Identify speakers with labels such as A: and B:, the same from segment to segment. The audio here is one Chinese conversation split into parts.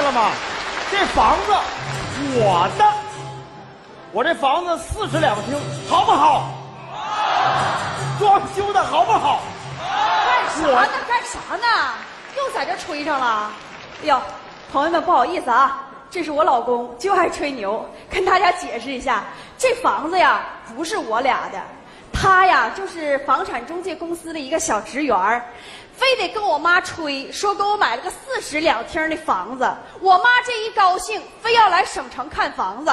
A: 了吗？这房子我的，我这房子四室两厅，好不好？装修的好不好？
B: 干啥呢？干啥呢？又在这吹上了。哎呦，朋友们，不好意思啊，这是我老公，就爱吹牛。跟大家解释一下，这房子呀不是我俩的，他呀就是房产中介公司的一个小职员儿非得跟我妈吹，说给我买了个四室两厅的房子。我妈这一高兴，非要来省城看房子。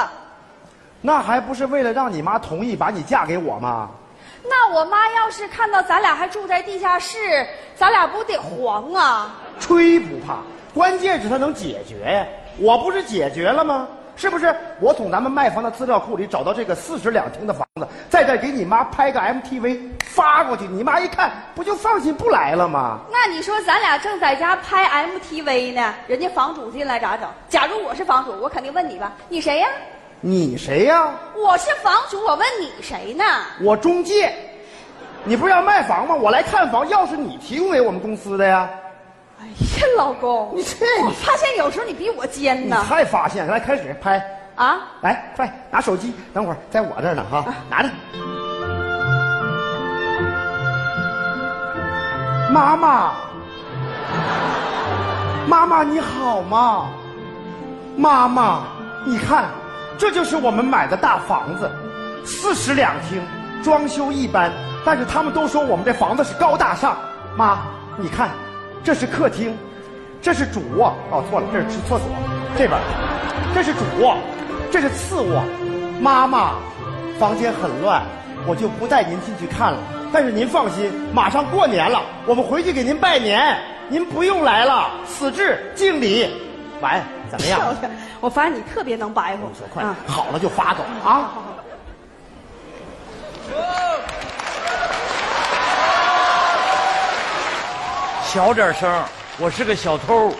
A: 那还不是为了让你妈同意把你嫁给我吗？
B: 那我妈要是看到咱俩还住在地下室，咱俩不得黄啊？
A: 吹不怕，关键是它能解决呀。我不是解决了吗？是不是？我从咱们卖房的资料库里找到这个四室两厅的房子，在这儿给你妈拍个 MTV 发过去，你妈一看不就放心不来了吗？
B: 那你说咱俩正在家拍 MTV 呢，人家房主进来咋整？假如我是房主，我肯定问你吧，你谁呀？
A: 你谁呀、
B: 我是房主，我问你谁呢？
A: 我中介，你不是要卖房吗？我来看房，钥匙你提供给我们公司的呀。
B: 哎呀，老公，
A: 你这
B: 我发现有时候你比我尖
A: 你
B: 呢。
A: 太发现了，来开始拍，
B: 啊，
A: 来快拿手机，等会儿在我这儿呢哈，拿着。妈妈，妈妈你好吗？妈妈，你看，这就是我们买的大房子，四室两厅，装修一般，但是他们都说我们这房子是高大上。妈，你看，这是客厅，这是主卧，哦错了，这是厕所，这边，这是主卧，这是次卧。妈妈，房间很乱，我就不带您进去看了。但是您放心，马上过年了，我们回去给您拜年，您不用来了。死志敬礼，完怎么样？
B: 漂亮！ 我发现你特别能白啊活
A: 你说
C: 啊
A: 快，好了就发走啊！
C: 小点声儿，我是个小偷。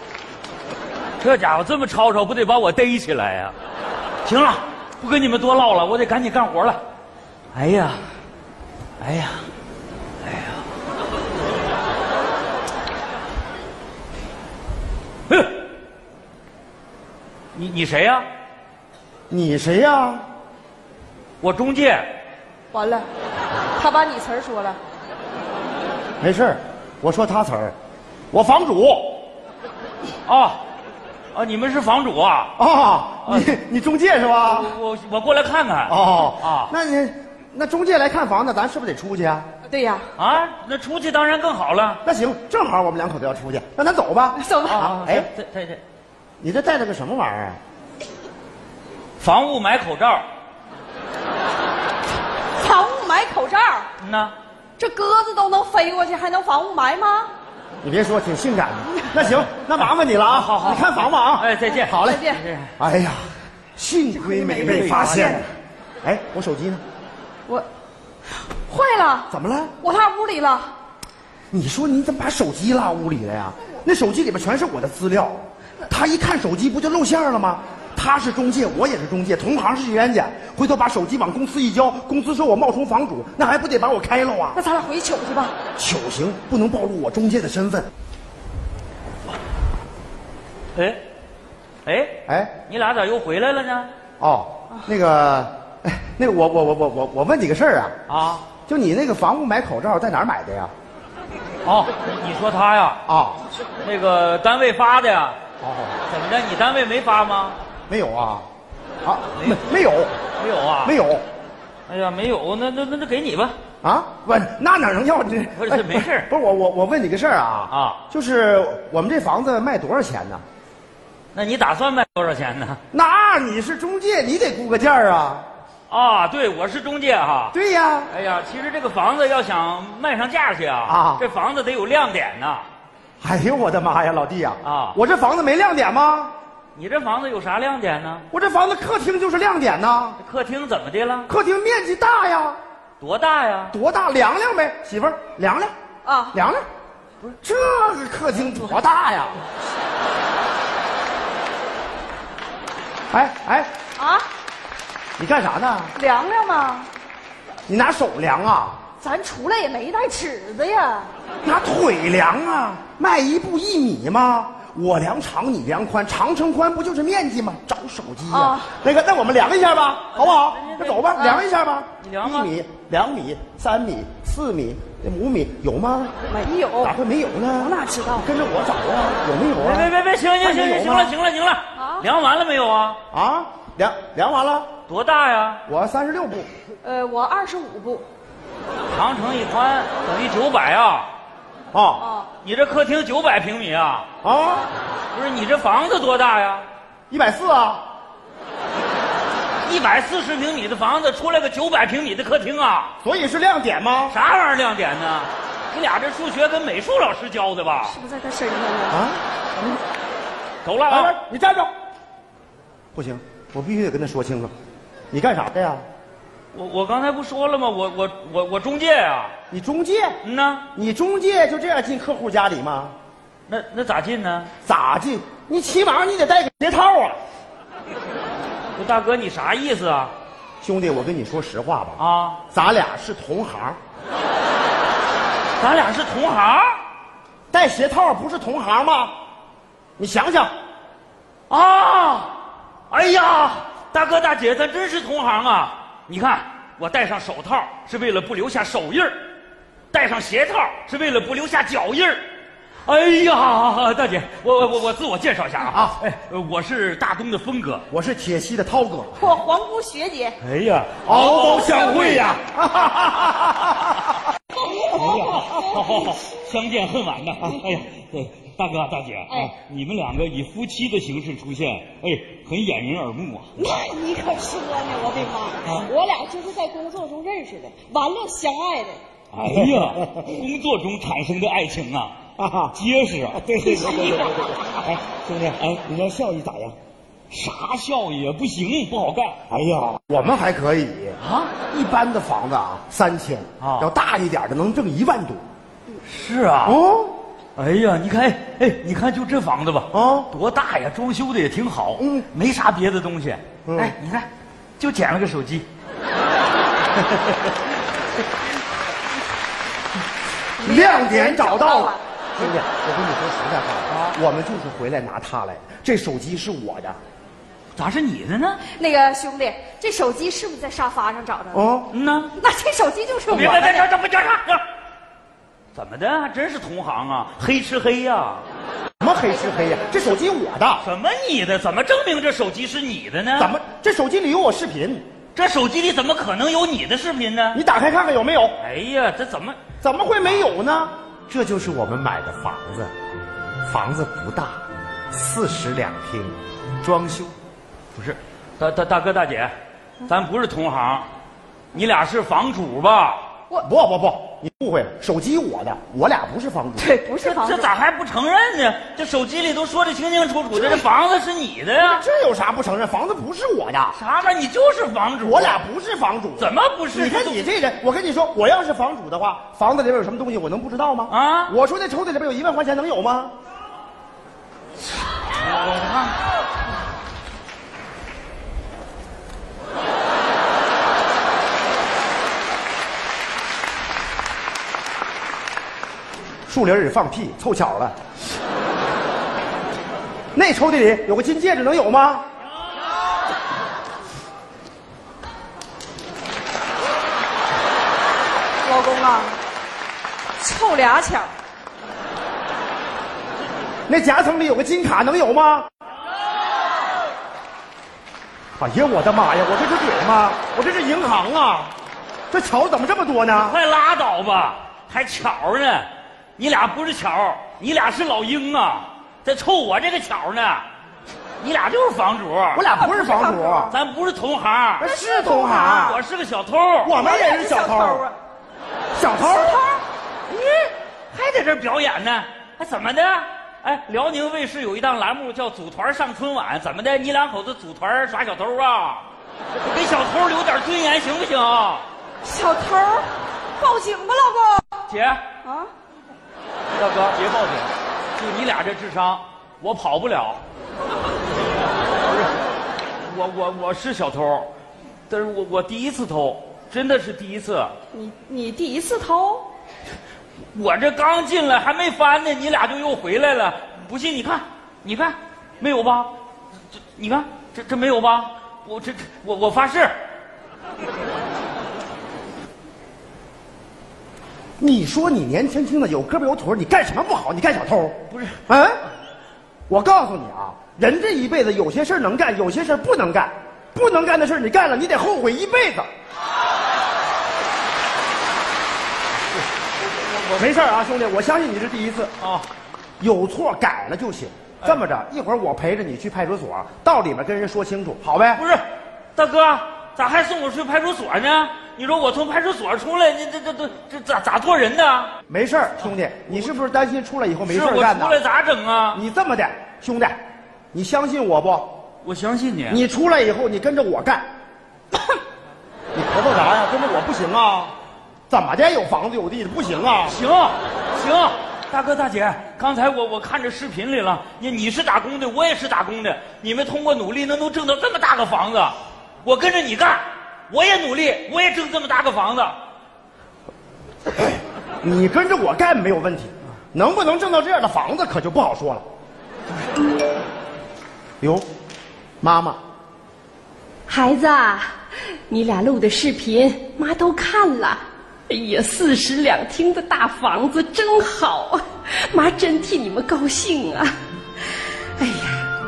C: 这家伙这么吵吵，不得把我逮起来呀、行了，不跟你们多唠了，我得赶紧干活了。哎呀，哎呀，哎呀，哼，你你谁呀、
A: 你谁呀、
C: 我中介，
B: 完了，他把你词儿说了。
A: 没事儿我说他词儿，我房主
C: 啊，啊，你们是房主啊？
A: 啊，你你中介是吧？
C: 我我我过来看看。
A: 哦
C: 啊
A: 那你那中介来看房子，咱是不是得出去啊？
B: 对呀，
C: 啊，那出去当然更好了。
A: 那行，正好我们两口子要出去，那咱走 吧。
B: 走吧。
C: 啊，
A: 哎
C: 哎，对对对，
A: 你这带了个什么玩意儿啊？
C: 防雾霾口罩，
B: 防雾霾口罩，
C: 嗯呐，
B: 这鸽子都能飞过去，还能防雾霾吗？
A: 你别说，挺性感的。那行，那麻烦你了啊！
C: 好好
A: 你看房吧啊！
C: 哎，再见，
A: 好嘞
B: 再。见。
A: 哎呀，幸亏没被发现。哎，我手机呢？
B: 我坏了，
A: 怎么了？
B: 我踏屋里了。
A: 你说你怎么把手机落屋里了呀？那手机里边全是我的资料，他一看手机不就露馅儿了吗？他是中介，我也是中介，同行是冤家。回头把手机往公司一交，公司说我冒充房主，那还不得把我开了啊？
B: 那咱俩回去取去吧。
A: 糗行，不能暴露我中介的身份。
C: 哎，哎，
A: 哎，
C: 你俩咋又回来了呢？
A: 哦，那个，哎那个我我我我我我问几个事儿啊？
C: 啊，
A: 就你那个房屋买口罩在哪儿买的呀？
C: 哦，你说他呀，
A: 啊，
C: 那个单位发的呀，
A: 哦，
C: 怎么的？你单位没发吗？
A: 没有啊，啊，没没有
C: 没有啊？
A: 没
C: 有。
A: 有
C: 哎呀，没有，那那那那给你吧。
A: 啊，不，那哪能要你？
C: 不是
A: 哎
C: 没事儿
A: 不是我我我问你个事儿啊
C: 啊
A: 就是我们这房子卖多少钱呢？
C: 那你打算卖多少钱呢？
A: 那你是中介，你得估个价儿 啊。
C: 啊，对，我是中介哈。
A: 对呀，
C: 哎呀，其实这个房子要想卖上价去啊，
A: 啊
C: 这房子得有亮点呐。
A: 哎呦我的妈呀，老弟呀、
C: 啊
A: 我这房子没亮点吗？
C: 你这房子有啥亮点呢？
A: 我这房子客厅就是亮点呐，
C: 这客厅怎么的了？
A: 客厅面积大呀，
C: 多大呀？
A: 多大？量量呗，媳妇儿，量量，
B: 啊，
A: 量量。不是这个客厅多大呀？ 哎哎，
B: 啊，
A: 你干啥呢？
B: 凉凉吗？
A: 你拿手量啊？
B: 咱出来也没带尺子呀。
A: 拿腿量啊，迈一步一米吗？我量长，你量宽，长乘宽不就是面积吗？找手机呀、
B: 哦
A: 那个，那我们量一下吧，好不好？那走吧，
B: 啊
A: 量一下吧。
C: 嗯你量吗
A: 一米、两米、三米、四米、五米，有吗？
B: 没有，
A: 咋会没有呢？
B: 我哪知道
A: 跟着我找啊，有没有啊？
C: 哦别别别，行行行行行了行了行
B: 啊
C: 了，量完了没有啊？
A: 啊，量量完了，
C: 多大呀？
A: 我三十六步，
B: 呃，我二十五步，
C: 长乘以宽等于九百啊！
A: 啊
B: 哦，
C: 你这客厅九百平米啊？
A: 啊，
C: 不是，你这房子多大呀？
A: 一百四啊，
C: 一百四十平米的房子出来个九百平米的客厅啊？
A: 所以是亮点吗？
C: 啥玩意儿亮点呢？你俩这数学跟美术老师教的吧？
B: 是不是在他身上啊？
A: 啊，
C: 走了
A: 来
C: 啊！
A: 来，你站住！不行，我必须得跟他说清楚，你干啥的呀？
C: 我我刚才不说了吗？我我我我中介啊！
A: 你中介？
C: 嗯呐，
A: 你中介就这样进客户家里吗？
C: 那那咋进呢？
A: 咋进？你起码你得带个鞋套啊！
C: 不，大哥你啥意思啊？
A: 兄弟，我跟你说实话吧，
C: 啊，
A: 咱俩是同行，
C: 咱俩是同行。
A: 带鞋套不是同行吗？你想想，
C: 啊！哎呀，大哥大姐，咱真是同行啊！你看，我戴上手套是为了不留下手印儿，戴上鞋套是为了不留下脚印儿。哎呀，大姐，我我我我自我介绍一下啊
A: 啊
C: 哎，呃我是大东的峰哥。
A: 我是铁西的涛哥，
B: 我皇姑学姐，
C: 哎呀，
A: 嗷嗷相会呀、
C: 哎呀，好好好，相见恨晚呐！
A: 啊
C: 哎呀，对，大哥大姐，啊
B: 哎，
C: 你们两个以夫妻的形式出现，哎，很掩人耳目啊。
D: 那你可说呢，我的妈！
B: 啊
D: 我俩就是在工作中认识的，完了相爱的。
C: 哎呀，工作中产生的爱情啊，
A: 啊
C: 结实啊！对对对对对
A: 哎，兄弟，哎，你这效益咋样？
C: 啥效益也不行，不好干
A: 哎呀， 我们还可以，
C: 啊！
A: 一般的房子啊三千
C: 啊
A: 要大一点的能挣一万多。
C: 是啊，
A: 哦，
C: 哎呀，你看，哎，你看就这房子吧，
A: 啊
C: 多大呀？装修的也挺好，
A: 嗯
C: 没啥别的东西。
A: 嗯
C: 哎，你看，就捡了个手机，
A: 亮点找到了
B: 了。
A: 兄弟，哎我跟你说实在话啊，我们就是回来拿它来，这手机是我的。
C: 咋是你的呢？
B: 那个兄弟，这手机是不是在沙发上找着的？
A: 哦，
C: 嗯呐，
B: 那这手机就是我
C: 别别别
B: 的。
C: 别，怎么叫啥？啊怎么的？还真是同行啊，黑吃黑呀、
A: 什么黑吃黑呀、这手机我的，
C: 什么你的？怎么证明这手机是你的呢？
A: 怎么？这手机里有我视频？
C: 这手机里怎么可能有你的视频呢？
A: 你打开看看有没有？
C: 哎呀，这怎么？
A: 怎么会没有呢？这就是我们买的房子，房子不大，四室两厅，装修。
C: 不是，大大大哥大姐，咱不是同行，你俩是房主吧？
A: 不不不，你误会了，手机我的，我俩不是房主。
B: 对，不是房
C: 这
B: 主。
C: 咋还不承认呢？这手机里都说的清清楚楚的，这房子是你的呀？
A: 这有啥不承认？房子不是我的，
C: 啥玩意儿？你就是房主。啊
A: 我俩不是房主。
C: 怎么不是？
A: 你看你这人，我跟你说，我要是房主的话，房子里边有什么东西我能不知道吗？
C: 啊
A: 我说那抽屉里边有一万块钱能有吗？
C: 我看看。
A: 树林里放屁，凑巧了。 那抽屉里有个金戒指，能有吗？
B: 老公啊，凑俩巧，
A: 那夹层里有个金卡，能有吗？哎呀，我的妈呀！我这是鬼吗？我这是银行啊！这巧怎么这么多呢？
C: 快拉倒吧，还巧呢？你俩不是巧，你俩是老鹰啊，在凑我这个巧呢。你俩就是房主，
A: 我俩不是房 主，
C: 咱不是同行。
A: 那是同行。
C: 我是个小偷，
A: 我们也是小偷，小偷，
B: 哎
C: 你
B: 嗯
C: 还在这儿表演呢？还怎么的？哎，辽宁卫视有一档栏目叫《组团上春晚》，怎么的？你两口子组团耍小偷啊？给小偷留点尊严行不行？
B: 小偷儿，报警吧，老
C: 姐，
B: 公啊！
C: 大哥，别报警，就你俩这智商，我跑不了。不是，我我我是小偷，但是我我第一次偷，真的是第一次。
B: 你你第一次偷，
C: 我这刚进来还没翻呢，你俩就又回来了。不信你看，你看，没有吧？这你看，这这没有吧？我这这我我发誓，
A: 你说你年轻轻的有胳膊有腿儿，你干什么不好？你干小偷？不是？嗯，我告诉你啊，人这一辈子有些事儿能干，有些事儿不能干。不能干的事儿你干了，你得后悔一辈子。没事儿啊，兄弟，我相信你是第一次
C: 啊，
A: 有错改了就行。
C: 哎
A: 这么着，一会儿我陪着你去派出所，到里面跟人说清楚，好呗？
C: 不是，大哥，咋还送我去派出所呢？你说我从派出所出来，你这这这这咋咋做人呢？
A: 没事儿，兄弟，你是不是担心出来以后没
C: 是
A: 事儿
C: 我
A: 干呢
C: 出？来咋整啊？
A: 你这么的，兄弟，你相信我不？
C: 我相信你，
A: 你出来以后，你跟着我干。 你咳嗽啥呀？跟着我不行啊？怎么的？有房子有地的不行啊？
C: 行行，大哥大姐，刚才我我看着视频里了，你你是打工的，我也是打工的，你们通过努力能能挣到这么大个房子，我跟着你干，我也努力，我也挣这么大个房子。
A: 你跟着我干没有问题，能不能挣到这样的房子可就不好说了。哟，妈妈，
E: 孩子啊，你俩录的视频妈都看了。哎呀，四室两厅的大房子真好，妈真替你们高兴啊！哎呀，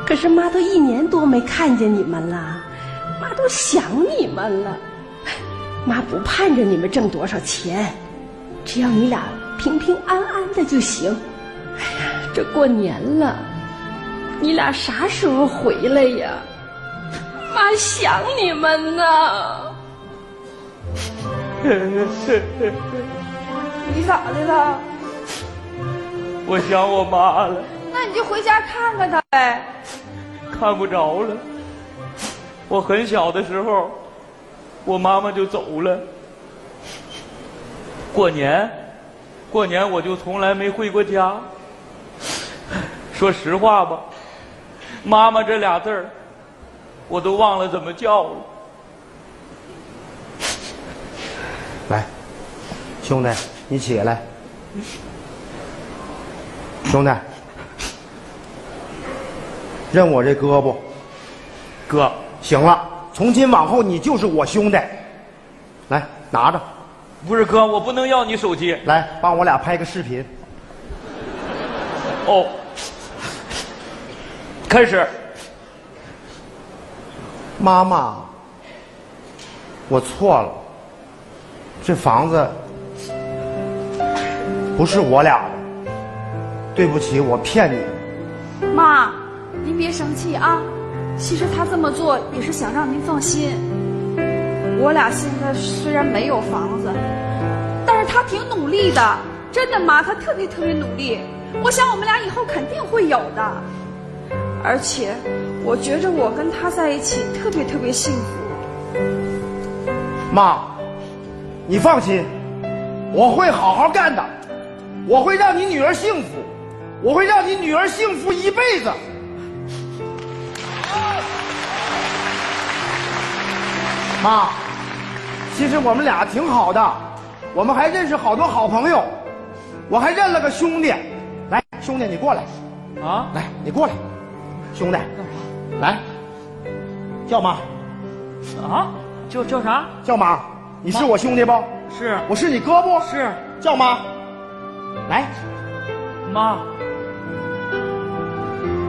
E: 可是妈都一年多没看见你们了，妈都想你们了。妈不盼着你们挣多少钱，只要你俩平平安安的就行。哎呀，这过年了，你俩啥时候回来呀？妈想你们呢。
B: 你咋的了？
C: 我想我妈了，
B: 那你就回家看看他呗。
C: 看不着了。我很小的时候，我妈妈就走了。过年，过年我就从来没回过家。说实话吧，妈妈这俩字儿，我都忘了怎么叫了。
A: 来，兄弟，你起来。兄弟，认我这胳膊。
C: 哥，
A: 行了，从今往后你就是我兄弟。来，拿着，
C: 不是哥，我不能要你手机
A: 来帮我俩拍个视频。
C: 哦。开始，
A: 妈妈，我错了，这房子不是我俩的，对不起，我骗你。
B: 妈，您别生气啊。其实他这么做也是想让您放心。我俩现在虽然没有房子，但是他挺努力的，真的妈，他特别特别努力。我想我们俩以后肯定会有的。而且，我觉着我跟他在一起特别特别幸福。
A: 妈，你放心，我会好好干的，我会让你女儿幸福，我会让你女儿幸福一辈子。妈，其实我们俩挺好的，我们还认识好多好朋友，我还认了个兄弟。来，兄弟你过来，
C: 啊，
A: 来你过来，兄弟，来，叫妈，
C: 啊，叫叫啥？
A: 叫妈，你是我兄弟不？
C: 是
A: 我是你哥不？
C: 是，
A: 叫妈，来，
C: 妈，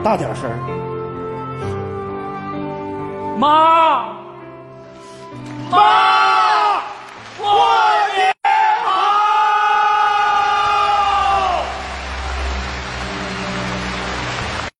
A: 大点声儿。
C: 妈，妈。